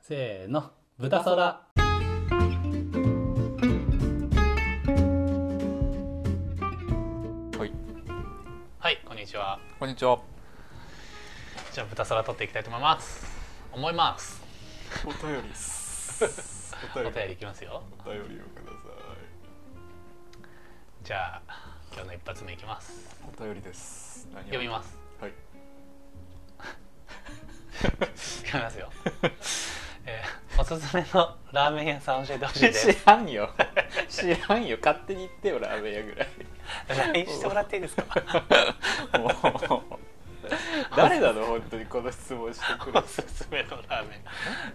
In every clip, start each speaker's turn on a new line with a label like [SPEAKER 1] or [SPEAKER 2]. [SPEAKER 1] せーの豚そら
[SPEAKER 2] はい
[SPEAKER 1] はいこんにちは
[SPEAKER 2] こんにちは
[SPEAKER 1] じゃあ豚そら取っていきたいと思います思います
[SPEAKER 2] お便りっすお
[SPEAKER 1] お
[SPEAKER 2] 便り
[SPEAKER 1] 便りいきますよ
[SPEAKER 2] お便りをくださ
[SPEAKER 1] じゃあ今日の一発目いきます
[SPEAKER 2] いお便りです何を
[SPEAKER 1] 読みます
[SPEAKER 2] はい
[SPEAKER 1] 読みますよ、えーおすすめのラーメン屋さん教えてほしいです
[SPEAKER 2] 知らんよ知らんよ勝手に言ってよラーメン屋ぐらい
[SPEAKER 1] LINE してもらっていいですか
[SPEAKER 2] もう誰なの本当にこの質問してくる
[SPEAKER 1] お すすめのラーメン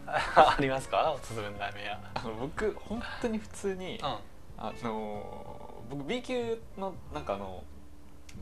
[SPEAKER 1] ありますかおすすめのラーメン屋
[SPEAKER 2] あの僕本当に普通に、
[SPEAKER 1] うん
[SPEAKER 2] あのー僕 B 級のなんかあの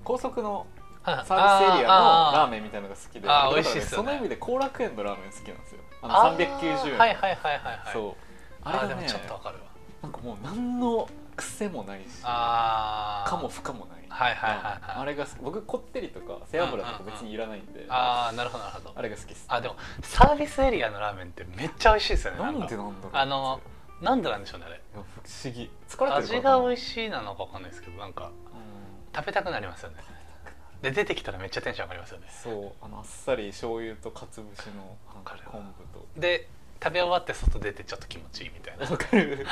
[SPEAKER 2] 高速の
[SPEAKER 1] サ
[SPEAKER 2] サービスエリアのラー
[SPEAKER 1] ン
[SPEAKER 2] メンみたいなのが好きで
[SPEAKER 1] あー
[SPEAKER 2] だから
[SPEAKER 1] 美味しいっすよね
[SPEAKER 2] その意味で後楽園のラーメン好きなんですよあの390円
[SPEAKER 1] はいはいはいはいはい
[SPEAKER 2] そう
[SPEAKER 1] あ
[SPEAKER 2] あ
[SPEAKER 1] ーで
[SPEAKER 2] れが
[SPEAKER 1] も
[SPEAKER 2] ね
[SPEAKER 1] ちょっとわかるわ
[SPEAKER 2] なんかもう何の癖もないしか
[SPEAKER 1] ああ
[SPEAKER 2] も不可もない
[SPEAKER 1] はいはいはいはい
[SPEAKER 2] あれが好き僕こってりとか背脂とか別にいらないんであ
[SPEAKER 1] ああなるほどなるほど
[SPEAKER 2] れが好きっす
[SPEAKER 1] あでもサービスエリアのラーメンってめっちゃ美味しいですよね
[SPEAKER 2] なんで
[SPEAKER 1] か
[SPEAKER 2] なんだろう
[SPEAKER 1] あのなんでなんでしょうねあれ
[SPEAKER 2] いや不思議疲れてる
[SPEAKER 1] 味
[SPEAKER 2] から
[SPEAKER 1] が
[SPEAKER 2] かな
[SPEAKER 1] 美味しいなのかわかんないですけどなんか食べたくなりますよねで出てきたらめっちゃテンション上がりますよね
[SPEAKER 2] うんそうあのあっさり醤油と鰹節のなん
[SPEAKER 1] か
[SPEAKER 2] か
[SPEAKER 1] る
[SPEAKER 2] 昆布と
[SPEAKER 1] で食べ終わって外出てちょっと気持ちいいみたい な
[SPEAKER 2] わかる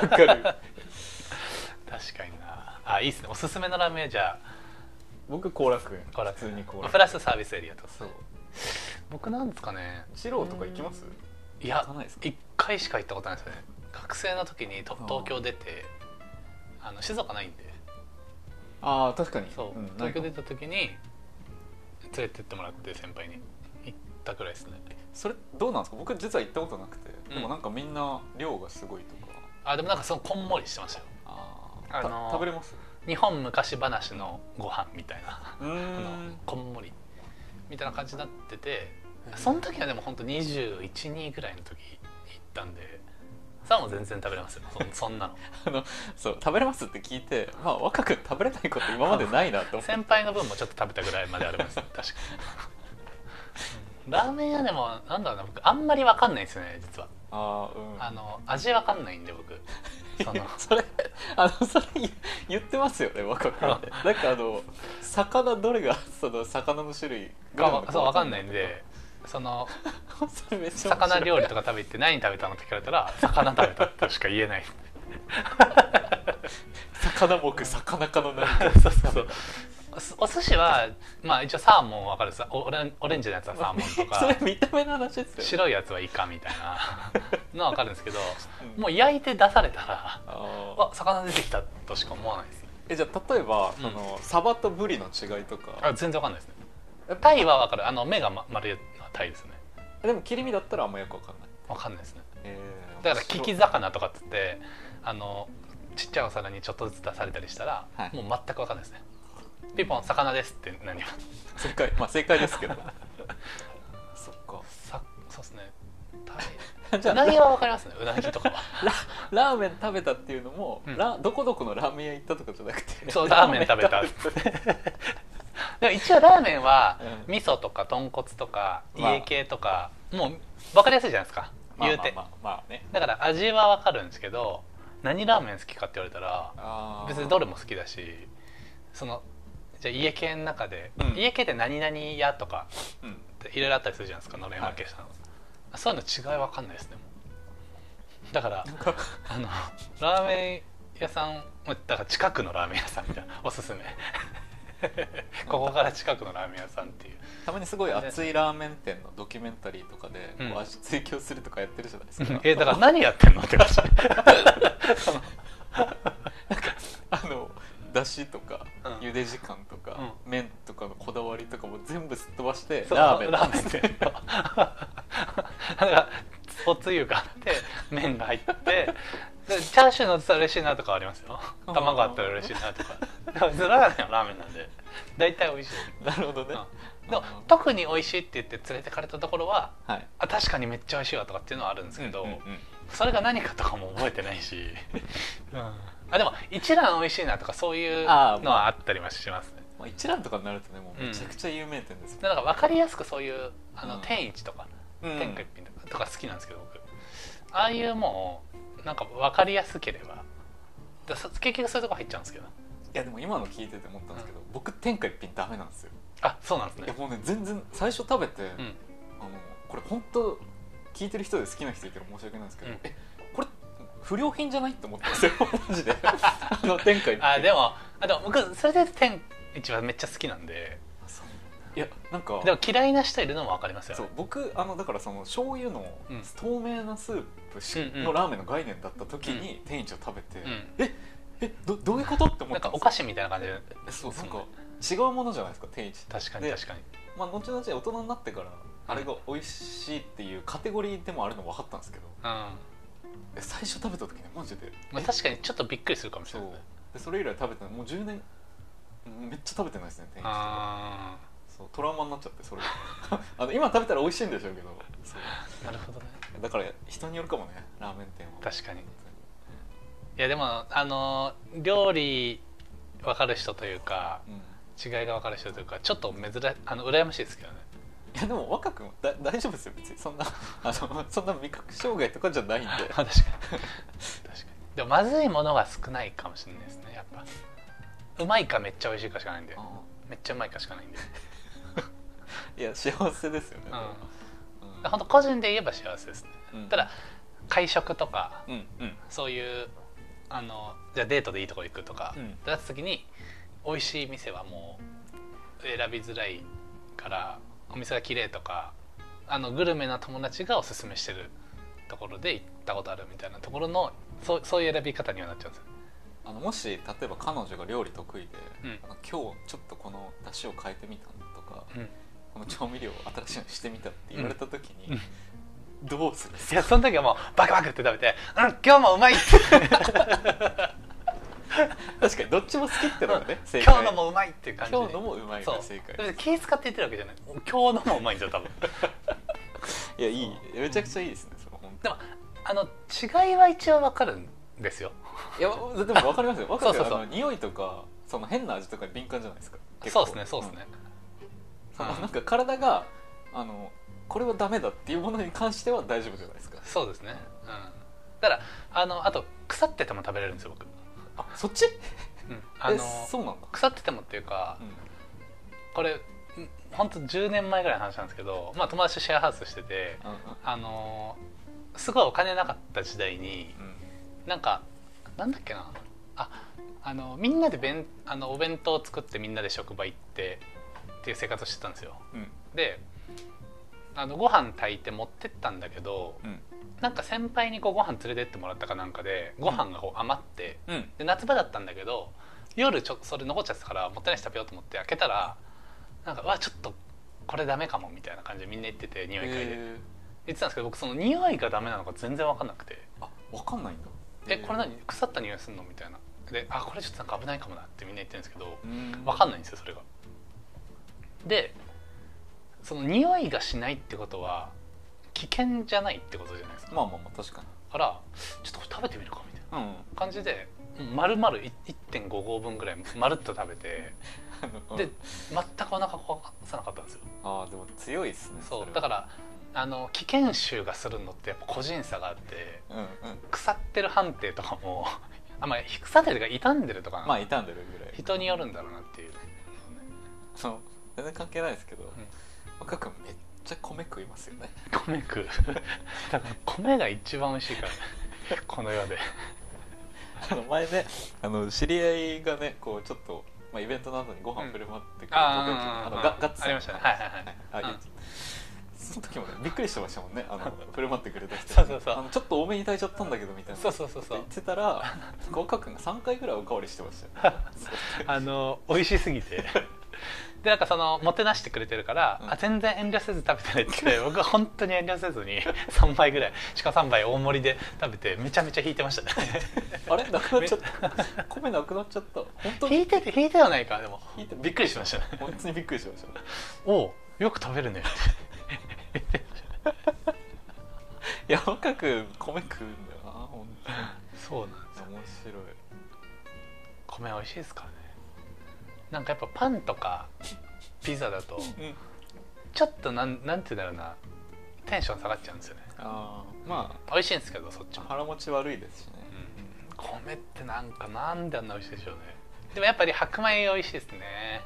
[SPEAKER 2] わかる
[SPEAKER 1] 確かになあいいっすねおすすめのラーメン屋じゃあ
[SPEAKER 2] 僕後楽園
[SPEAKER 1] これ
[SPEAKER 2] 普通に後楽園
[SPEAKER 1] プラスサービスエリアと
[SPEAKER 2] そう
[SPEAKER 1] 僕なんですかね
[SPEAKER 2] 二郎とか行きます
[SPEAKER 1] い
[SPEAKER 2] 行
[SPEAKER 1] や
[SPEAKER 2] かないですか
[SPEAKER 1] 一回しか行ったことないですよね学生の時にと
[SPEAKER 2] あー
[SPEAKER 1] 東京出てあの静岡ないんで
[SPEAKER 2] ああ確かに
[SPEAKER 1] そう、
[SPEAKER 2] んなん
[SPEAKER 1] 東京
[SPEAKER 2] か
[SPEAKER 1] 出た時に連れてってもらって先輩に行ったくらいですね
[SPEAKER 2] それどうなんですか僕実は行ったことなくて、
[SPEAKER 1] うん
[SPEAKER 2] でもなんかみんな量がすごいとか
[SPEAKER 1] あでもなんかそのこんもりしてましたよ
[SPEAKER 2] あ
[SPEAKER 1] あ
[SPEAKER 2] あ
[SPEAKER 1] のー
[SPEAKER 2] 食べれます
[SPEAKER 1] 日本昔話のご飯みたいな
[SPEAKER 2] う
[SPEAKER 1] あ
[SPEAKER 2] ー
[SPEAKER 1] の
[SPEAKER 2] ん
[SPEAKER 1] こんもりみたいな感じになっててその時はでも本当二212ぐらいの時に行ったんでさあもう全然食べれますよそんそんなの
[SPEAKER 2] あのそう食べれますって聞いてまあ若く食べれないこと今までないなと思って
[SPEAKER 1] 先輩の分もちょっと食べたぐらいまであります 確かにラーメン屋でもなんだろうな僕あんまりわかんないんですよね実は
[SPEAKER 2] ああうん
[SPEAKER 1] あの味わかんないんで僕その
[SPEAKER 2] それあのそれ言言ってますよね若くはねなんかあの魚どれが その魚の種類
[SPEAKER 1] がわ そうわかんないいんでその
[SPEAKER 2] それめっちゃ面白い
[SPEAKER 1] 魚料理とか食べて何食べたのって聞かれたら魚食べたとしか言えない
[SPEAKER 2] 魚僕魚かの何か
[SPEAKER 1] そうそうそうおお寿司はまあ一応サーモンわかるさオレンオレンジのやつはサーモンと
[SPEAKER 2] そ
[SPEAKER 1] か
[SPEAKER 2] れ見た目の話ですよね
[SPEAKER 1] 白いやつはイカみたいなのはわかるんですけど
[SPEAKER 2] うん
[SPEAKER 1] もう焼いて出されたら
[SPEAKER 2] あー
[SPEAKER 1] あ魚出てきたとしか思わないですよ
[SPEAKER 2] えじゃあ例えば、
[SPEAKER 1] うん
[SPEAKER 2] そのサバとブリの違いと
[SPEAKER 1] あ
[SPEAKER 2] か
[SPEAKER 1] 全然わかんないですねタイはわかるあの目がま丸いのはタイですね
[SPEAKER 2] でも切り身だったらあんまよくわかんない、
[SPEAKER 1] わかんないですね
[SPEAKER 2] えー
[SPEAKER 1] だから利き
[SPEAKER 2] 面白い
[SPEAKER 1] 魚とかっつってあのちっちゃいお皿にちょっとずつ出されたりしたら、
[SPEAKER 2] はい
[SPEAKER 1] もう全く分かんないですねピンポン魚ですって何が
[SPEAKER 2] 正解まあ正解ですけど そっ か
[SPEAKER 1] さそうですね
[SPEAKER 2] じ
[SPEAKER 1] う
[SPEAKER 2] ゃあ
[SPEAKER 1] な
[SPEAKER 2] ラ
[SPEAKER 1] ぎは分かりますねうなぎとかは
[SPEAKER 2] ラーメン食べたっていうのも、
[SPEAKER 1] うん
[SPEAKER 2] ラどこどこのラーメン屋行ったとかじゃなくて
[SPEAKER 1] そうラーメン 食べ たっつってでも一応ラーメンは、
[SPEAKER 2] うん
[SPEAKER 1] 味噌とか豚骨とか
[SPEAKER 2] まあ
[SPEAKER 1] 家系とか、もう分かりやすいじゃないですか
[SPEAKER 2] まあ
[SPEAKER 1] 言うて、
[SPEAKER 2] まあまあまあね
[SPEAKER 1] だから味は分かるんですけど何ラーメン好きかって言われたら
[SPEAKER 2] あー
[SPEAKER 1] 別にどれも好きだしそのじゃあ家系の中で、
[SPEAKER 2] うん
[SPEAKER 1] 家系って何々屋とか
[SPEAKER 2] うん
[SPEAKER 1] っていろいろあったりするじゃないですかのれん分けしたの、そういうの違いわかんないですねもうだから
[SPEAKER 2] なんか
[SPEAKER 1] あのラーメン屋さんだから近くのラーメン屋さんみたいなおすすめここから近くのラーメン屋さんって いう
[SPEAKER 2] たまにすごい熱いラーメン店のドキュメンタリーとかで、
[SPEAKER 1] うん
[SPEAKER 2] こう味追求するとかやってるじゃないですか、
[SPEAKER 1] えだから何やってんのって話 その
[SPEAKER 2] あのだしとか、
[SPEAKER 1] うん
[SPEAKER 2] 茹で時間とか、麺とかのこだわりとかも全部すっ飛ばして
[SPEAKER 1] そう
[SPEAKER 2] ラーメン
[SPEAKER 1] ラーメンってだからおつゆがあ って麺が入ってでチャーシュー乗ってたら嬉しいなとかはありますよ
[SPEAKER 2] うん
[SPEAKER 1] 卵あったら嬉しいなとかだから別にラーメンはラーメンなんで大体美味しい、
[SPEAKER 2] なるほどね、
[SPEAKER 1] うんでも特に美味しいって言って連れてかれたところは
[SPEAKER 2] はい
[SPEAKER 1] あ確かにめっちゃ美味しいわとかっていうのはあるんですけど、
[SPEAKER 2] うんうん
[SPEAKER 1] それが何かとかも覚えてない し、うんあでも一蘭美味しいなとかそういうの
[SPEAKER 2] あーま
[SPEAKER 1] はあったりはしますね
[SPEAKER 2] まあ、一蘭とかになるとねもうめちゃくちゃ有名店ですもん、
[SPEAKER 1] でなんか分かりやすくそういうあの、
[SPEAKER 2] うん
[SPEAKER 1] 天一とか
[SPEAKER 2] うん
[SPEAKER 1] 天下一品とか好きなんですけど僕ああいうもうなんか分かりやすければだそ結局そういうとこ入っちゃうんですけど
[SPEAKER 2] いやでも今の聞いてて思ったんですけど、僕天下一品ダメなんですよ
[SPEAKER 1] あそうなんです
[SPEAKER 2] いや
[SPEAKER 1] ね
[SPEAKER 2] もうね全然最初食べて、
[SPEAKER 1] うん
[SPEAKER 2] あのこれ本当聞いてる人で好きな人いたら申し訳ないんですけど、
[SPEAKER 1] うん
[SPEAKER 2] えこれ不良品じゃないって思ったんですよ マジであの天下一品
[SPEAKER 1] あでもあでも僕それで天一はめっちゃ好きなんで
[SPEAKER 2] いやなんか
[SPEAKER 1] でも嫌いな人いるのも分かりますよ
[SPEAKER 2] そう僕あのだからその醤油の
[SPEAKER 1] うん
[SPEAKER 2] 透明なスープし
[SPEAKER 1] うんうん
[SPEAKER 2] のラーメンの概念だった時に天一を食べて、
[SPEAKER 1] うん
[SPEAKER 2] ええどどういうことって思
[SPEAKER 1] な
[SPEAKER 2] っ
[SPEAKER 1] ん
[SPEAKER 2] た
[SPEAKER 1] か
[SPEAKER 2] んで
[SPEAKER 1] お
[SPEAKER 2] すよ
[SPEAKER 1] 菓子みたいな感じで
[SPEAKER 2] そうなんか違うものじゃないですか天一って
[SPEAKER 1] 確かに
[SPEAKER 2] で
[SPEAKER 1] 確かに
[SPEAKER 2] まあ後々大人になってからあれが美味しいっていうカテゴリーでもあるの分かったんですけど
[SPEAKER 1] うんま
[SPEAKER 2] え最初食べた時ねマジで、
[SPEAKER 1] あ確かにちょっとびっくりするかもし
[SPEAKER 2] そ
[SPEAKER 1] れ
[SPEAKER 2] う
[SPEAKER 1] ないね
[SPEAKER 2] でそれ以来食べてないもう10年うんめっちゃ食べてないですね天一とか
[SPEAKER 1] あ
[SPEAKER 2] そうトラウマになっちゃってそれが あの今食べたら美味しいんでしょうけどそう
[SPEAKER 1] あなるほどね
[SPEAKER 2] だから人によるかもねラーメン店は
[SPEAKER 1] 確かにいやでもあの料理分かる人というか
[SPEAKER 2] うん、い
[SPEAKER 1] 違いが分かる人というかちょっと珍あの羨ましいですけどね
[SPEAKER 2] やでも若くもだ大丈夫ですよ別にそんな あのそんな味覚障害とかじゃないんで
[SPEAKER 1] まあ 確かに確かにでもまずいものが少ないかもしれないですねやっぱうまいかめっちゃ美味しいかしかないんで
[SPEAKER 2] あ
[SPEAKER 1] めっちゃうまいかしかないんで、
[SPEAKER 2] いや幸せですよね、
[SPEAKER 1] うん、本当個人で言えば幸せですね
[SPEAKER 2] うん
[SPEAKER 1] ただ会食とか
[SPEAKER 2] うんうん
[SPEAKER 1] そういうあのじゃあデートでいいとこ行くとか、
[SPEAKER 2] うん
[SPEAKER 1] だった時に美味しい店はもう選びづらいからお店が綺麗とかあのグルメな友達がおすすめしてるところで行ったことあるみたいなところのそうそういう選び方にはなっちゃうんですよ
[SPEAKER 2] あのもし例えば彼女が料理得意で、
[SPEAKER 1] うん
[SPEAKER 2] あの今日ちょっとこの出汁を変えてみたとか、
[SPEAKER 1] うん
[SPEAKER 2] この調味料を新しいのにしてみたって言われた時
[SPEAKER 1] うん
[SPEAKER 2] に、どうする
[SPEAKER 1] いやその時はもうバクバクって食べて「うん今日もうまい!」って
[SPEAKER 2] 確かにどっちも好きってのがね
[SPEAKER 1] 「
[SPEAKER 2] 正解
[SPEAKER 1] 今日のもうまい!」っていう感じで
[SPEAKER 2] 今日のもうまい
[SPEAKER 1] そ
[SPEAKER 2] が
[SPEAKER 1] う
[SPEAKER 2] 正解
[SPEAKER 1] 別に気使って言ってるわけじゃない今日のもうまいんですよ多分
[SPEAKER 2] いやいいめちゃくちゃいいですねそれ本当
[SPEAKER 1] でもあの違いは一応わかるんですよ
[SPEAKER 2] いやでも分かりますよ分か
[SPEAKER 1] そ
[SPEAKER 2] る
[SPEAKER 1] うそうそう
[SPEAKER 2] あの匂いとかその変な味とかに敏感じゃないですか結
[SPEAKER 1] そ
[SPEAKER 2] 構
[SPEAKER 1] うですねそうですね、
[SPEAKER 2] んそのなんか体があのこれはダメだっていうものに関しては大丈夫じゃないですか
[SPEAKER 1] そうですねうんだからあのあと腐ってても食べれるんですよ僕、
[SPEAKER 2] あそっち
[SPEAKER 1] うん、あの
[SPEAKER 2] えそうなんだ、
[SPEAKER 1] 腐っててもっていうか
[SPEAKER 2] うん
[SPEAKER 1] これ本当10年前ぐらいの話なんですけど、まあ、友達とシェアハウスしてて
[SPEAKER 2] うん
[SPEAKER 1] あのすごいお金なかった時代に
[SPEAKER 2] うん
[SPEAKER 1] なんかなんだっけなああのみんなで弁あのお弁当を作ってみんなで職場行ってっていう生活をしてたんですよ
[SPEAKER 2] うん
[SPEAKER 1] であのご飯炊いて持ってったんだけど
[SPEAKER 2] うん
[SPEAKER 1] なんか先輩にこうご飯連れてってもらったかなんかでご飯がこう余って
[SPEAKER 2] うん
[SPEAKER 1] で夏場だったんだけど夜ちょそれ残っちゃってたからもったいないし食べようと思って開けたらなんかうわちょっとこれダメかもみたいな感じでみんな言ってて匂い嗅いで
[SPEAKER 2] え
[SPEAKER 1] 言ってたんですけど僕その匂いがダメなのか全然分かんなくて
[SPEAKER 2] ーあ分かんないんだ
[SPEAKER 1] 「えこれ何腐った匂いすんの?」みたいなで「あこれちょっとなんか危ないかもな」ってみんな言ってるんですけど
[SPEAKER 2] 何
[SPEAKER 1] 分かんないんですよそれが。でその匂いがしないってことは危険じゃないってことじゃないですか。
[SPEAKER 2] まあまあまあ確かに
[SPEAKER 1] からちょっとこれ食べてみるかみたいな
[SPEAKER 2] うん
[SPEAKER 1] 感じで丸々い1.5合分ぐらいまるっと食べて
[SPEAKER 2] あの
[SPEAKER 1] で全くお腹壊さなかったんですよ
[SPEAKER 2] あーでも強いっすね
[SPEAKER 1] そう
[SPEAKER 2] れは
[SPEAKER 1] だからあの危険臭がするのってやっぱ個人差があって
[SPEAKER 2] うんうん
[SPEAKER 1] 腐ってる判定とかも あまあ腐ってるというか傷んでるとか、
[SPEAKER 2] まあ傷んでるぐらい
[SPEAKER 1] 人によるんだろうなっていう
[SPEAKER 2] その全然関係ないですけど、若くんめっちゃ米食いますよね
[SPEAKER 1] 米食うだから 米が一番美味しいから この世で
[SPEAKER 2] あの前ねあの知り合いがねこうちょっと、まあ、イベントなどにご飯振る舞ってくれた時に、
[SPEAKER 1] あー
[SPEAKER 2] あの
[SPEAKER 1] うん
[SPEAKER 2] ガガッツさん
[SPEAKER 1] ありましたねはいはいはい
[SPEAKER 2] あ
[SPEAKER 1] うん
[SPEAKER 2] いいその時もねびっくりしてましたもんね あの振る舞ってくれた人
[SPEAKER 1] そうそうそう
[SPEAKER 2] あのちょっと多めに炊いちゃったんだけどみたいな
[SPEAKER 1] そうそうそうそう
[SPEAKER 2] 言ってたら若くんが3回ぐらいおかわりしてまし たよそう
[SPEAKER 1] あの美味しすぎ てでなんかそのもてなしてくれてるから、
[SPEAKER 2] うん
[SPEAKER 1] あ全然遠慮せず食べてねって 僕は本当に遠慮せずに3杯ぐらい鹿3杯大盛りで食べてめちゃめちゃ引いてましたね
[SPEAKER 2] あれなくなっちゃった米なくなっちゃった本当
[SPEAKER 1] 引
[SPEAKER 2] に
[SPEAKER 1] いてて引いてはないかでも
[SPEAKER 2] 引いて
[SPEAKER 1] びっくりしましたね
[SPEAKER 2] 本当にびっくりしました
[SPEAKER 1] おうよく食べるね
[SPEAKER 2] いや若くん米食うんだよな本当に
[SPEAKER 1] そうなん
[SPEAKER 2] 面白い
[SPEAKER 1] 米美味しいですからねなんかやっぱパンとかピザだと
[SPEAKER 2] うん
[SPEAKER 1] ちょっとなんなんていうんだろうなテンション下がっちゃうんですよね
[SPEAKER 2] ああま
[SPEAKER 1] 美味しいんですけどそっち
[SPEAKER 2] あ
[SPEAKER 1] も、
[SPEAKER 2] 腹持ち悪いですしね
[SPEAKER 1] うん、米ってなんかなんであんな美味しいでしょうねでもやっぱり白米美味しいですね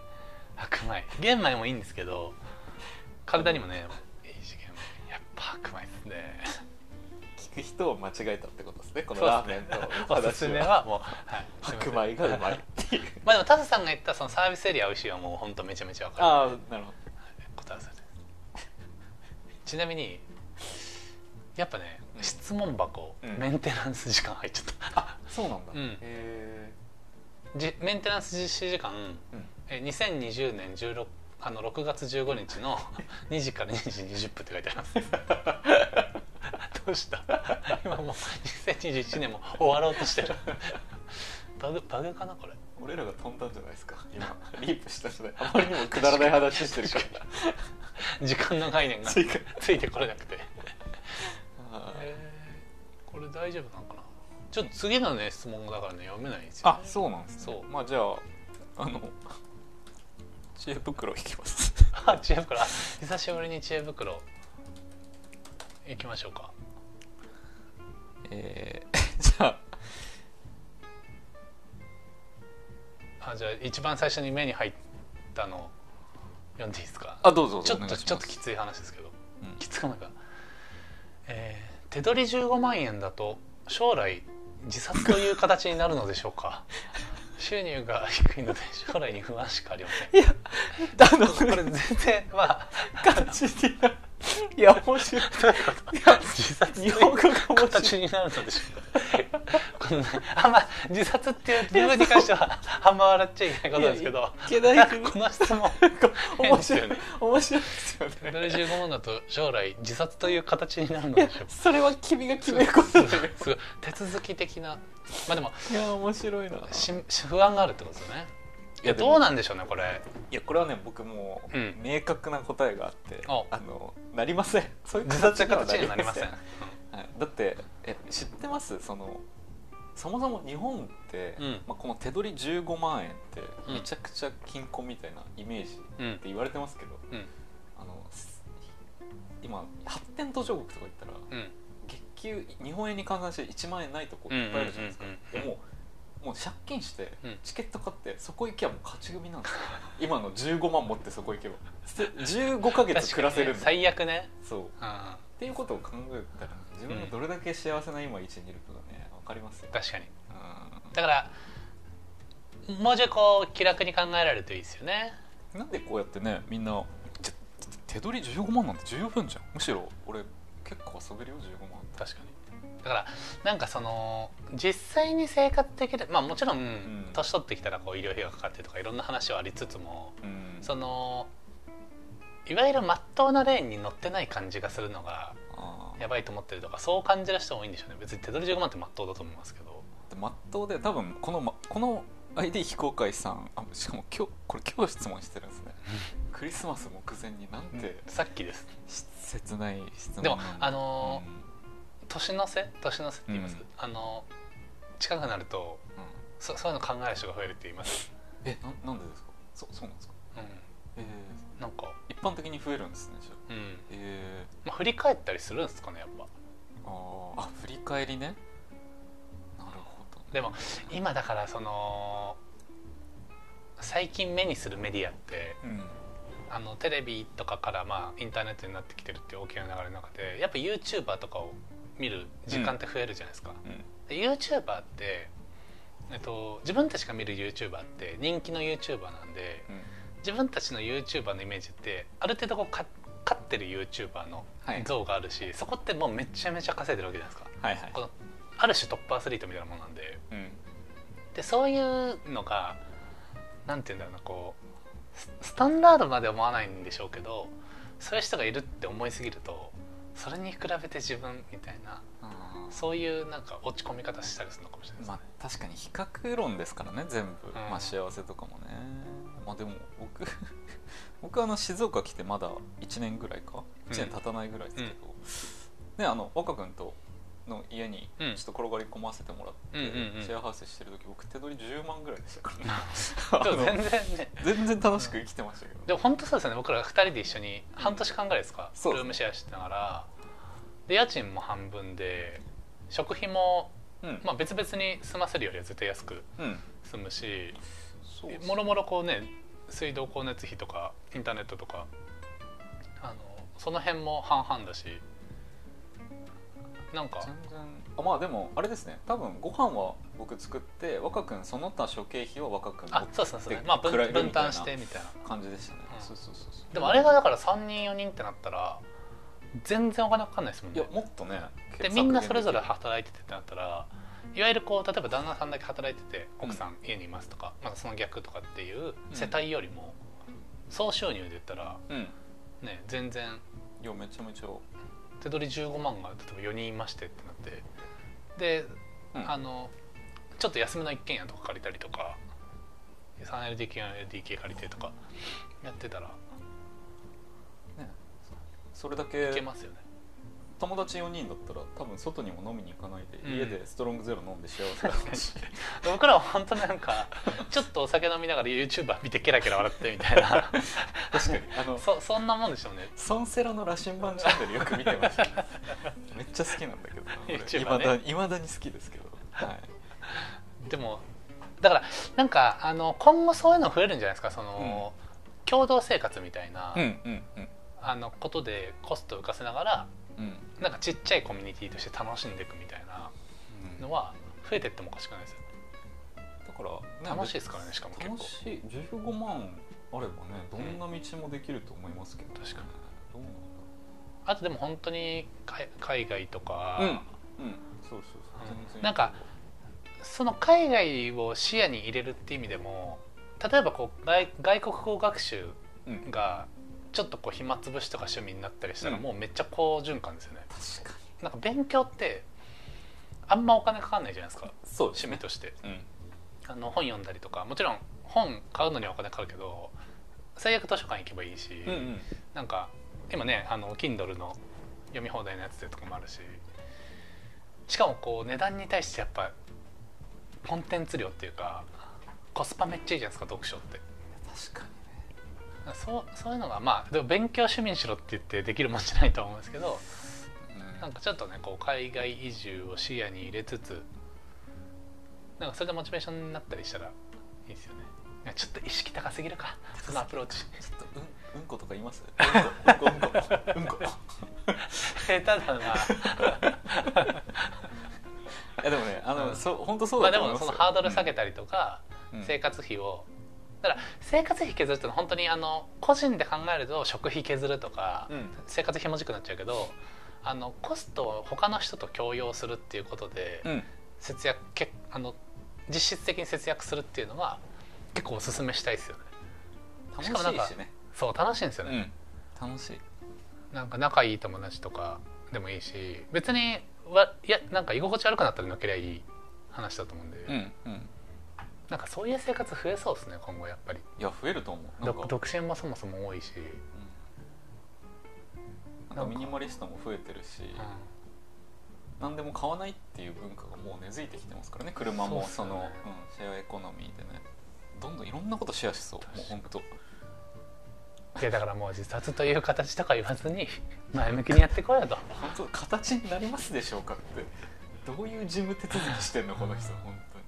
[SPEAKER 1] 白米玄米もいいんですけど体にもねいいし玄米やっぱ白米ですね
[SPEAKER 2] 聞く人を間違えたってことですねこの
[SPEAKER 1] そう
[SPEAKER 2] ラー
[SPEAKER 1] で
[SPEAKER 2] メ
[SPEAKER 1] す
[SPEAKER 2] ン
[SPEAKER 1] ね
[SPEAKER 2] と
[SPEAKER 1] おすすめはもう、はい、
[SPEAKER 2] 白米がうまいっていう
[SPEAKER 1] まあでもタスさんが言ったそのサービスエリア美味しいはもう本当めちゃめちゃわかる
[SPEAKER 2] ああなるほ
[SPEAKER 1] 答えそれちなみにやっぱね、
[SPEAKER 2] うん
[SPEAKER 1] 質問箱、
[SPEAKER 2] うん
[SPEAKER 1] メンテナンス時間入っちゃったあ
[SPEAKER 2] どそうなんだ、
[SPEAKER 1] うん
[SPEAKER 2] へえ
[SPEAKER 1] じメンテナンス実施時間、
[SPEAKER 2] うん
[SPEAKER 1] え2020年16あの6月15日の 2時から2時20分って書いてあります どうした 今もう2021年も終わろうとしてる バグバグかなこれ
[SPEAKER 2] 俺らが飛んだんじゃないですか 今リープしたじゃないあまりにもくだらない話してる から
[SPEAKER 1] 時間の概念が
[SPEAKER 2] ついか
[SPEAKER 1] ついてこれなくて
[SPEAKER 2] あー
[SPEAKER 1] えーこれ大丈夫なのかなちょっと次のね質問だからね読めないんですよ、ね
[SPEAKER 2] あ、そうなんです、ね、
[SPEAKER 1] そう
[SPEAKER 2] まあじゃああの知恵袋引きます
[SPEAKER 1] あ知恵袋あ久しぶりに知恵袋行きましょうか
[SPEAKER 2] えー、 じゃあ
[SPEAKER 1] あじゃあ一番最初に目に入ったの読んでいいですか
[SPEAKER 2] あどうぞ
[SPEAKER 1] ちょっ
[SPEAKER 2] お
[SPEAKER 1] と
[SPEAKER 2] 願いし
[SPEAKER 1] ちょ
[SPEAKER 2] ま
[SPEAKER 1] っ
[SPEAKER 2] す
[SPEAKER 1] ときつい話ですけど
[SPEAKER 2] うん
[SPEAKER 1] きつかないか、えー手取り15万円だと将来自殺という形になるのでしょうか 収入が低いので将来に不安しかありません
[SPEAKER 2] あの
[SPEAKER 1] これ全然まあ
[SPEAKER 2] 感じでいや面白いいや
[SPEAKER 1] 自殺
[SPEAKER 2] 日本語が面白い
[SPEAKER 1] 形になるのでしょうこのねあんま自殺っていう部分に関してはあんま笑っちゃいけないことなんですけど
[SPEAKER 2] いけない
[SPEAKER 1] なん
[SPEAKER 2] 国
[SPEAKER 1] かこの質問変で
[SPEAKER 2] 面白い
[SPEAKER 1] すよね
[SPEAKER 2] 面白いですよね
[SPEAKER 1] 65万だと将来自殺という形になるのでしょうか
[SPEAKER 2] それは君が決めることだよ
[SPEAKER 1] すごい手続き的なまあでも
[SPEAKER 2] いや面白いな
[SPEAKER 1] しし不安があるってことですよねい
[SPEAKER 2] い
[SPEAKER 1] や
[SPEAKER 2] や
[SPEAKER 1] どうなんでしょうねこれ
[SPEAKER 2] いやこれはね僕もう
[SPEAKER 1] うん
[SPEAKER 2] 明確な答えがあって、
[SPEAKER 1] お
[SPEAKER 2] あのなりませんそういう
[SPEAKER 1] 自殺という
[SPEAKER 2] には
[SPEAKER 1] 形になりません
[SPEAKER 2] はい、だってえ知ってますそのそもそも日本って、
[SPEAKER 1] うん
[SPEAKER 2] まあ、この手取り15万円って
[SPEAKER 1] うん
[SPEAKER 2] めちゃくちゃ金庫みたいなイメージっ
[SPEAKER 1] うんうん
[SPEAKER 2] て言われてますけど、
[SPEAKER 1] うん
[SPEAKER 2] あのす今発展途上国とか行ったら
[SPEAKER 1] うん
[SPEAKER 2] 月給日本円に換算して1万円ないとこ
[SPEAKER 1] うんうん
[SPEAKER 2] いっぱいあるじゃないですか、
[SPEAKER 1] うんうん
[SPEAKER 2] もうもう借金して
[SPEAKER 1] うん
[SPEAKER 2] チケット買ってそこ行けばもう勝ち組なんですよ 今の15万持ってそこ行けばせ15ヶ月暮らせる
[SPEAKER 1] 確かに
[SPEAKER 2] んだ、
[SPEAKER 1] ね最悪ね
[SPEAKER 2] そう
[SPEAKER 1] うん
[SPEAKER 2] っていうことを考えたら自分がどれだけ幸せな今位置にいるかがね分かりますよ、
[SPEAKER 1] 確かに
[SPEAKER 2] うん
[SPEAKER 1] だからもうちょいこう気楽に考えられるといいですよね
[SPEAKER 2] なんでこうやってねみんなちょ手取り15万なんて十分じゃんむしろ俺結構遊べるよ15万
[SPEAKER 1] 確かにだからなんかその実際に生活できるまあもちろん、
[SPEAKER 2] ん
[SPEAKER 1] 年取ってきたらこう医療費がかかってとかいろんな話はありつつも
[SPEAKER 2] うん
[SPEAKER 1] そのいわゆる真っ当なレーンに乗ってない感じがするのが
[SPEAKER 2] あー
[SPEAKER 1] やばいと思ってるとかそう感じる人も多いんでしょうね別に手取り15万って真っ当だと思いますけど
[SPEAKER 2] でまっとうで多分この、ま、この ID 非公開さんあしかも今日これ今日質問してるんですねクリスマス目前になんて
[SPEAKER 1] さっきです
[SPEAKER 2] 切ない質問
[SPEAKER 1] でも
[SPEAKER 2] なんだ
[SPEAKER 1] あの年の瀬年の瀬って言います、
[SPEAKER 2] うん
[SPEAKER 1] あの近くなると
[SPEAKER 2] うんうん
[SPEAKER 1] そそういうの考える人が増えるって言います、
[SPEAKER 2] えななんでですかそそうなんですか
[SPEAKER 1] うん、
[SPEAKER 2] え
[SPEAKER 1] なんか、
[SPEAKER 2] ー、一般的に増えるんですねじゃあ
[SPEAKER 1] うん
[SPEAKER 2] え
[SPEAKER 1] まあ、振り返ったりするんですかねやっぱ
[SPEAKER 2] ー、あーあ振り返りねなるほど
[SPEAKER 1] でも今だからその最近目にするメディアって
[SPEAKER 2] うん
[SPEAKER 1] あのテレビとかからまあインターネットになってきてるっていう大きな流れの中でやっぱ YouTuber とかを見る時間って増えるじゃないですか、で YouTuber って、えっと、自分たちが見る YouTuber って人気の YouTuber なんで
[SPEAKER 2] うん
[SPEAKER 1] 自分たちの YouTuber のイメージってある程度こうか勝ってる YouTuber の
[SPEAKER 2] はい
[SPEAKER 1] 像があるし、そこってもうめちゃめちゃ稼いでるわけじゃないですか
[SPEAKER 2] はいはい
[SPEAKER 1] このある種トップアスリートみたいなもんなんで、
[SPEAKER 2] うん
[SPEAKER 1] でそういうのがなんて言うんだろうなこうススタンダードまでは思わないんでしょうけどそういう人がいるって思いすぎるとそれに比べて自分みたいな
[SPEAKER 2] あー
[SPEAKER 1] そういうなんか落ち込み方したりするのかもしれないです
[SPEAKER 2] ま
[SPEAKER 1] ね
[SPEAKER 2] あ、確かに比較論ですからね全部、
[SPEAKER 1] ん
[SPEAKER 2] まあ幸せとかもねまあでも僕 僕あの静岡来てまだ1年ぐらいか1年経たないぐらいですけど、ねあの若君との家に
[SPEAKER 1] う
[SPEAKER 2] ちょ
[SPEAKER 1] ん
[SPEAKER 2] っと転がり込ませてもらって、
[SPEAKER 1] うんうんうん
[SPEAKER 2] シェアハウスしてる時僕手取り10万ぐらいでし たからね
[SPEAKER 1] でも全
[SPEAKER 2] あの
[SPEAKER 1] 然ね
[SPEAKER 2] 全然楽しく生きてましたけど、
[SPEAKER 1] でも本当そうですよね僕ら2人で一緒に半年間ぐらいですか、
[SPEAKER 2] そうで
[SPEAKER 1] ル
[SPEAKER 2] すね
[SPEAKER 1] ームシェアしてたからで家賃も半分で食費も、
[SPEAKER 2] うん
[SPEAKER 1] まあ、別々に済ませるよりは絶対安く
[SPEAKER 2] うん
[SPEAKER 1] 済むし
[SPEAKER 2] そうですね
[SPEAKER 1] もろもろこうね水道光熱費とかインターネットとかあのその辺も半々だしなんか
[SPEAKER 2] 全然あまあでもあれですね多分ご飯は僕作って若君その他諸経費は若君
[SPEAKER 1] あ
[SPEAKER 2] の
[SPEAKER 1] そうそうそう
[SPEAKER 2] で
[SPEAKER 1] まあ分
[SPEAKER 2] 比べるみたいな
[SPEAKER 1] 分担してみたいな
[SPEAKER 2] 感じでしたね、
[SPEAKER 1] うん
[SPEAKER 2] そうそうそうそう
[SPEAKER 1] でもあれがだから3人4人ってなったら全然お金かかんないですもん
[SPEAKER 2] いや
[SPEAKER 1] ね
[SPEAKER 2] もっとね
[SPEAKER 1] でみんなそれぞれ働いててってなったらいわゆるこう例えば旦那さんだけ働いてて奥さん家にいますとか、またその逆とかっていう世帯よりも総収入で言ったら
[SPEAKER 2] うんい
[SPEAKER 1] ね全然
[SPEAKER 2] やめちゃめちゃ
[SPEAKER 1] 手取り15万が例えば4人いましてってなってで、
[SPEAKER 2] うん
[SPEAKER 1] あのちょっと休みの一軒家とか借りたりとか 3LDK、4LDK 借りてとかやってたら
[SPEAKER 2] それだ
[SPEAKER 1] いけ
[SPEAKER 2] け
[SPEAKER 1] ますよね。
[SPEAKER 2] 友達4人だったら多分外にも飲みに行かないで、
[SPEAKER 1] うん
[SPEAKER 2] 家でストロングゼロ飲んで幸せだったし
[SPEAKER 1] 僕らは本当なん かちょっとお酒飲みながら YouTuber 見てケラケラ笑ってみたいな
[SPEAKER 2] 確かに あ の
[SPEAKER 1] そそんなもんでしょうね
[SPEAKER 2] ソンセラの羅針盤チャンネルよく見てました、ね、めっちゃ好きなんだけ どな俺
[SPEAKER 1] YouTuber ね
[SPEAKER 2] 未だ未だに好きですけど、はい、
[SPEAKER 1] でもだからなんかあの今後そういうの増えるんじゃないですかその、共同生活みたいな、
[SPEAKER 2] うんうんうん
[SPEAKER 1] あのことでコストを浮かせながら
[SPEAKER 2] うん
[SPEAKER 1] なんかちっちゃいコミュニティとして楽しんでいくみたいなのは増えてってもおかしくないですよ
[SPEAKER 2] だから、
[SPEAKER 1] 楽しいですからねしかも結構
[SPEAKER 2] 楽しい15万あればねどんな道もできると思いますけど、
[SPEAKER 1] 確かに
[SPEAKER 2] どうなんだ
[SPEAKER 1] あとでも本当に海海外とか、
[SPEAKER 2] ろううんうんそうそ
[SPEAKER 1] う
[SPEAKER 2] うそう、
[SPEAKER 1] ん
[SPEAKER 2] 全然
[SPEAKER 1] なんかその海外を視野に入れるって意味でも例えばこう外外国語学習
[SPEAKER 2] うん
[SPEAKER 1] がちょっとこう暇つぶしとか趣味になったりしたら
[SPEAKER 2] うん
[SPEAKER 1] もうめっちゃ好循環ですよね、
[SPEAKER 2] 確かに
[SPEAKER 1] なんか勉強ってあんまお金かかんないじゃないですか
[SPEAKER 2] そうで
[SPEAKER 1] 趣
[SPEAKER 2] すね
[SPEAKER 1] 味として
[SPEAKER 2] うん
[SPEAKER 1] あの本読んだりとかもちろん本買うのにはお金かかるけど最悪図書館行けばいいし、
[SPEAKER 2] うんうん
[SPEAKER 1] なんか今ねあの Kindle の読み放題のやつでとかもあるししかもこう値段に対してやっぱコンテンツ量っていうかコスパめっちゃいいじゃないですか読書って
[SPEAKER 2] 確かにね
[SPEAKER 1] そうそういうのがまあでも勉強趣味にしろって言ってできるもんじゃないと思うんですけどなんかちょっとねこう海外移住を視野に入れつつなんかそれでモチベーションになったりしたらいいですよねいやちょっと意識高すぎるかそのアプローチ
[SPEAKER 2] ちょっとうんうんことか言いますうん こうんこうんこうんこ
[SPEAKER 1] 下手だない
[SPEAKER 2] やでもねあの、
[SPEAKER 1] うん
[SPEAKER 2] そう本当そう
[SPEAKER 1] まあで
[SPEAKER 2] だと思い
[SPEAKER 1] もそ
[SPEAKER 2] ますよ
[SPEAKER 1] のハードル下げたりとか、
[SPEAKER 2] うんうん
[SPEAKER 1] 生活費をだから生活費削るってのは本当にあの個人で考えると食費削るとか、
[SPEAKER 2] うん
[SPEAKER 1] 生活費もじくなっちゃうけどあのコストを他の人と共用するっていうことで、
[SPEAKER 2] うん
[SPEAKER 1] 節約けあの実質的に節約するっていうのは結構おすすめしたいですよね
[SPEAKER 2] 楽
[SPEAKER 1] しかもなんか
[SPEAKER 2] しいしね
[SPEAKER 1] そう楽しいんですよね、
[SPEAKER 2] うん楽しい
[SPEAKER 1] なんか仲いい友達とかでもいいし別にわいやなんか居心地悪くなったら抜けりゃいい話だと思うんで、
[SPEAKER 2] うんうん
[SPEAKER 1] なんかそういう生活増えそうですね今後やっぱり
[SPEAKER 2] いや増えると思うなんか
[SPEAKER 1] 独独身もそもそも多いし、
[SPEAKER 2] うんなんかミニマリストも増えてるし、
[SPEAKER 1] う
[SPEAKER 2] 何でも買わないっていう文化がもう根付いてきてますからね車も
[SPEAKER 1] そ
[SPEAKER 2] そう
[SPEAKER 1] っすよ
[SPEAKER 2] の
[SPEAKER 1] ね
[SPEAKER 2] うん、シェアエコノミーでねどんどんいろんなことシェアしそうもう本当
[SPEAKER 1] ん、でだからもう自殺という形とか言わずに 前向きにやってこようと
[SPEAKER 2] 本当形になりますでしょうかってどういう事務手続きしてんのこの人本当に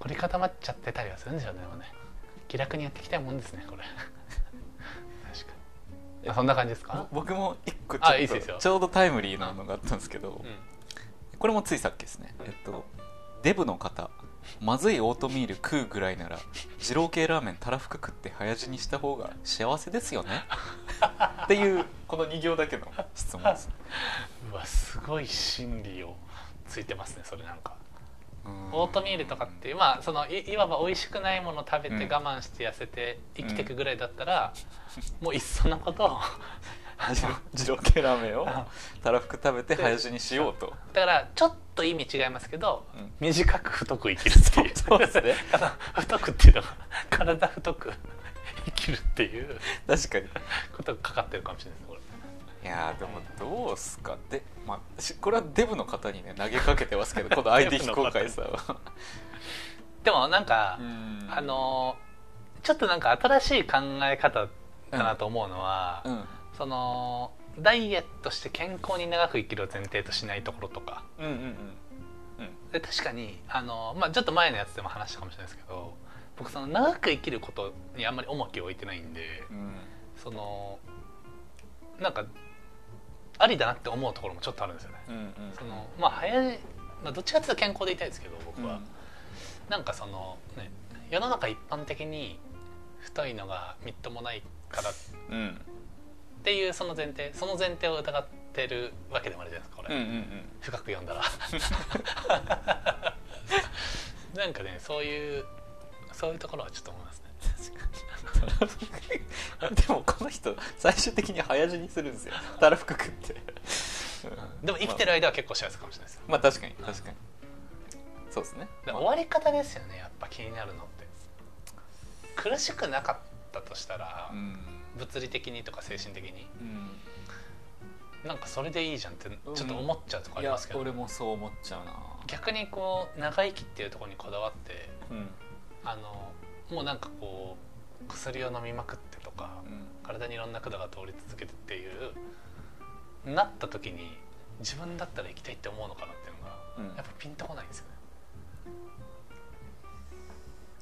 [SPEAKER 1] 凝り固まっちゃってたりはするんでしょうねでもね気楽にやっていきたいもんですねこれ 確かにあそんな感じですか
[SPEAKER 2] ぼ僕も一個ち
[SPEAKER 1] あいいっす
[SPEAKER 2] ょ
[SPEAKER 1] よいい
[SPEAKER 2] っ
[SPEAKER 1] っすよ
[SPEAKER 2] とちょうどタイムリーなのがあったんですけどこれもついさっきですねえっとデブの方まずいオートミール食うぐらいなら二郎系ラーメンたらふく食って早死にした方が幸せですよねっていうこの2行だけの質問です
[SPEAKER 1] うん、うわすごい心理をついてますねそれなんか
[SPEAKER 2] うん
[SPEAKER 1] オートミールとかっていうまあそのいいわば美味しくないものを食べて
[SPEAKER 2] うん
[SPEAKER 1] 我慢して痩せて生きていくぐらいだった ら、もういっそのことを
[SPEAKER 2] 二郎二郎系ラーメンを
[SPEAKER 1] あ
[SPEAKER 2] たらふく食べて早死にしようと
[SPEAKER 1] だからちょっと意味違いますけど、
[SPEAKER 2] うん
[SPEAKER 1] 短く太く生きるっていう
[SPEAKER 2] そうですね
[SPEAKER 1] あの太くっていうのは体太く生きるっていう
[SPEAKER 2] 確かに
[SPEAKER 1] ことがかかってるかもしれないですねこれ
[SPEAKER 2] いやーでもどうすかで、まあ、しこれはデブの方にね投げかけてます けどこの ID 非公開さは
[SPEAKER 1] でもなんか、あのちょっとなんか新しい考え方かなと思うのは、
[SPEAKER 2] うん
[SPEAKER 1] そのダイエットして健康に長く生きるを前提としないところとか
[SPEAKER 2] うんうん
[SPEAKER 1] で確かにあの、まあ、ちょっと前のやつでも話したかもしれないですけど僕その長く生きることにあんまり重きを置いてないんで
[SPEAKER 2] うんうん
[SPEAKER 1] そのなんかありだなって思うところもちょっとあるんですよね。
[SPEAKER 2] うんうん
[SPEAKER 1] そのまあ早い、まあ、どっちかっていうと健康でいたいですけど僕は、なんかその、ね、世の中一般的に太いのがみっともないからっ
[SPEAKER 2] うんうん
[SPEAKER 1] ていうその前提その前提を疑ってるわけでもあるじゃないですかこ
[SPEAKER 2] う
[SPEAKER 1] れ、
[SPEAKER 2] んうん
[SPEAKER 1] 深く読んだらなんかねそういうそういうところはちょっと思いますね
[SPEAKER 2] でもこの人最終的に早死にするんですよたらふく食って
[SPEAKER 1] でも生きて
[SPEAKER 2] る
[SPEAKER 1] る間は結構幸せかもしれないですよ
[SPEAKER 2] まあ、まあ確かに確かにそうですね
[SPEAKER 1] だから終わり方ですよねやっぱ気になるのって苦しくなかったとしたら、
[SPEAKER 2] うん
[SPEAKER 1] 物理的にとか精神的に
[SPEAKER 2] うん
[SPEAKER 1] なんかそれでいいじゃんってちょっと思っちゃうとこありますけど、
[SPEAKER 2] もそう思っちゃうな
[SPEAKER 1] 逆にこう長生きっていうところにこだわって
[SPEAKER 2] うんうん
[SPEAKER 1] あのもうなんかこう薬を飲みまくってとか体にいろんな管が通り続けてっていうなった時に自分だったら生きたいって思うのかなっていうのが
[SPEAKER 2] うん
[SPEAKER 1] やっぱピンとこないんですよね。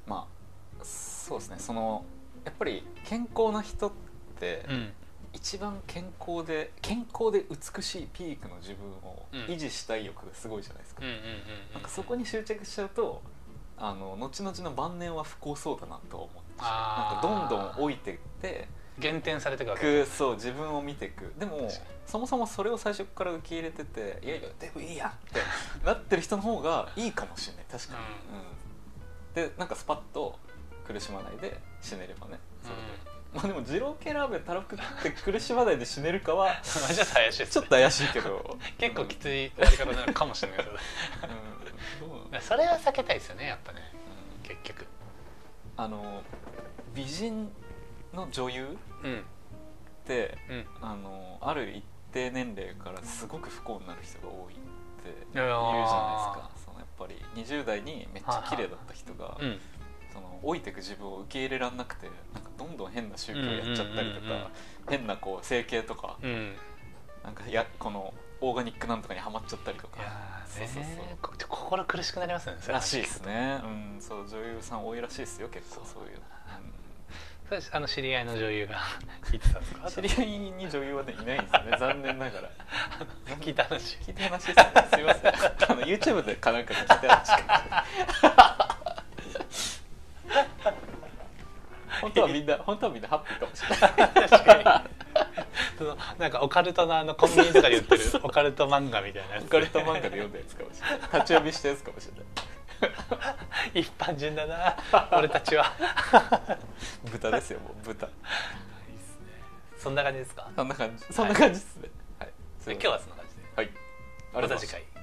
[SPEAKER 2] まあそうですねそのやっぱり健康な人って、
[SPEAKER 1] うん
[SPEAKER 2] 一番健康で健康で美しいピークの自分を
[SPEAKER 1] うん
[SPEAKER 2] 維持したい欲がすごいじゃないですか、
[SPEAKER 1] うんうんうんうん
[SPEAKER 2] なんかそこに執着しちゃうとあの後々の晩年は不幸そうだなとは思ってし
[SPEAKER 1] あ
[SPEAKER 2] ま
[SPEAKER 1] ー
[SPEAKER 2] うなんかどんどん老いてって
[SPEAKER 1] 減点されてくわけ
[SPEAKER 2] く
[SPEAKER 1] ですよ
[SPEAKER 2] そう自分を見てくでも
[SPEAKER 1] 確かに
[SPEAKER 2] そもそもそれを最初から受け入れてていやいやデブいいやんってなってる人の方がいいかもしれない確かに、うんでなんかスパッと苦しまないで死ねればねそれで、まあでも二郎系ラーメンたらふく食って苦しまないで死ねるかは
[SPEAKER 1] うんちょっと怪しいです
[SPEAKER 2] ちょ
[SPEAKER 1] ね
[SPEAKER 2] っと怪しいけど
[SPEAKER 1] 結構きつい終わり方になるかもしれないけど
[SPEAKER 2] うんどうなんだ
[SPEAKER 1] それは避けたいですよねやっぱね
[SPEAKER 2] うん
[SPEAKER 1] 結局。
[SPEAKER 2] あの美人の女優
[SPEAKER 1] うん
[SPEAKER 2] って
[SPEAKER 1] うん
[SPEAKER 2] あのある一定年齢からすごく不幸になる人が多いって言うじ
[SPEAKER 1] やー
[SPEAKER 2] ゃないですかそのやっぱり20代にめっちゃ綺麗だった人が
[SPEAKER 1] うん
[SPEAKER 2] その老いてく自分を受け入れられなくてなんかどんどん変な宗教やっちゃ
[SPEAKER 1] う
[SPEAKER 2] ったりと
[SPEAKER 1] んうんうんうん
[SPEAKER 2] か変なこう整形とか
[SPEAKER 1] うん
[SPEAKER 2] なんかやこのオーガニックなんとかにはまっちゃったりと
[SPEAKER 1] い
[SPEAKER 2] か
[SPEAKER 1] やー
[SPEAKER 2] そうそうそう
[SPEAKER 1] ねこ心苦しくなりますよねそれ
[SPEAKER 2] らしいですね、うん、そう女優さん多いらしいですよ結構
[SPEAKER 1] そ
[SPEAKER 2] そうういうの、
[SPEAKER 1] それあの知り合いの女優が 聞いてたんです
[SPEAKER 2] うん
[SPEAKER 1] か
[SPEAKER 2] 知り合いに女優はねいないんですよね残念ながら
[SPEAKER 1] 聞いた話
[SPEAKER 2] 聞いた話ですねすいませんあの YouTube でかなんかで聞いた話かも本当はみんな本当はみんなハッピーかもしれない
[SPEAKER 1] 確かにそのなんかオカルトのあのコンビニとかで売ってるオカルト漫画みたいなやつ
[SPEAKER 2] オカルト漫画で読んだやつかもしれない立ち読みしたやつかもしれない
[SPEAKER 1] 一般人だな俺たちは
[SPEAKER 2] 豚ですよもう豚
[SPEAKER 1] そんな感じですか
[SPEAKER 2] そんな感じそんな感じですねはい、
[SPEAKER 1] 今日はそんな感じで
[SPEAKER 2] はいありがとうござ
[SPEAKER 1] ま
[SPEAKER 2] いま
[SPEAKER 1] た
[SPEAKER 2] し
[SPEAKER 1] 次
[SPEAKER 2] た
[SPEAKER 1] 回。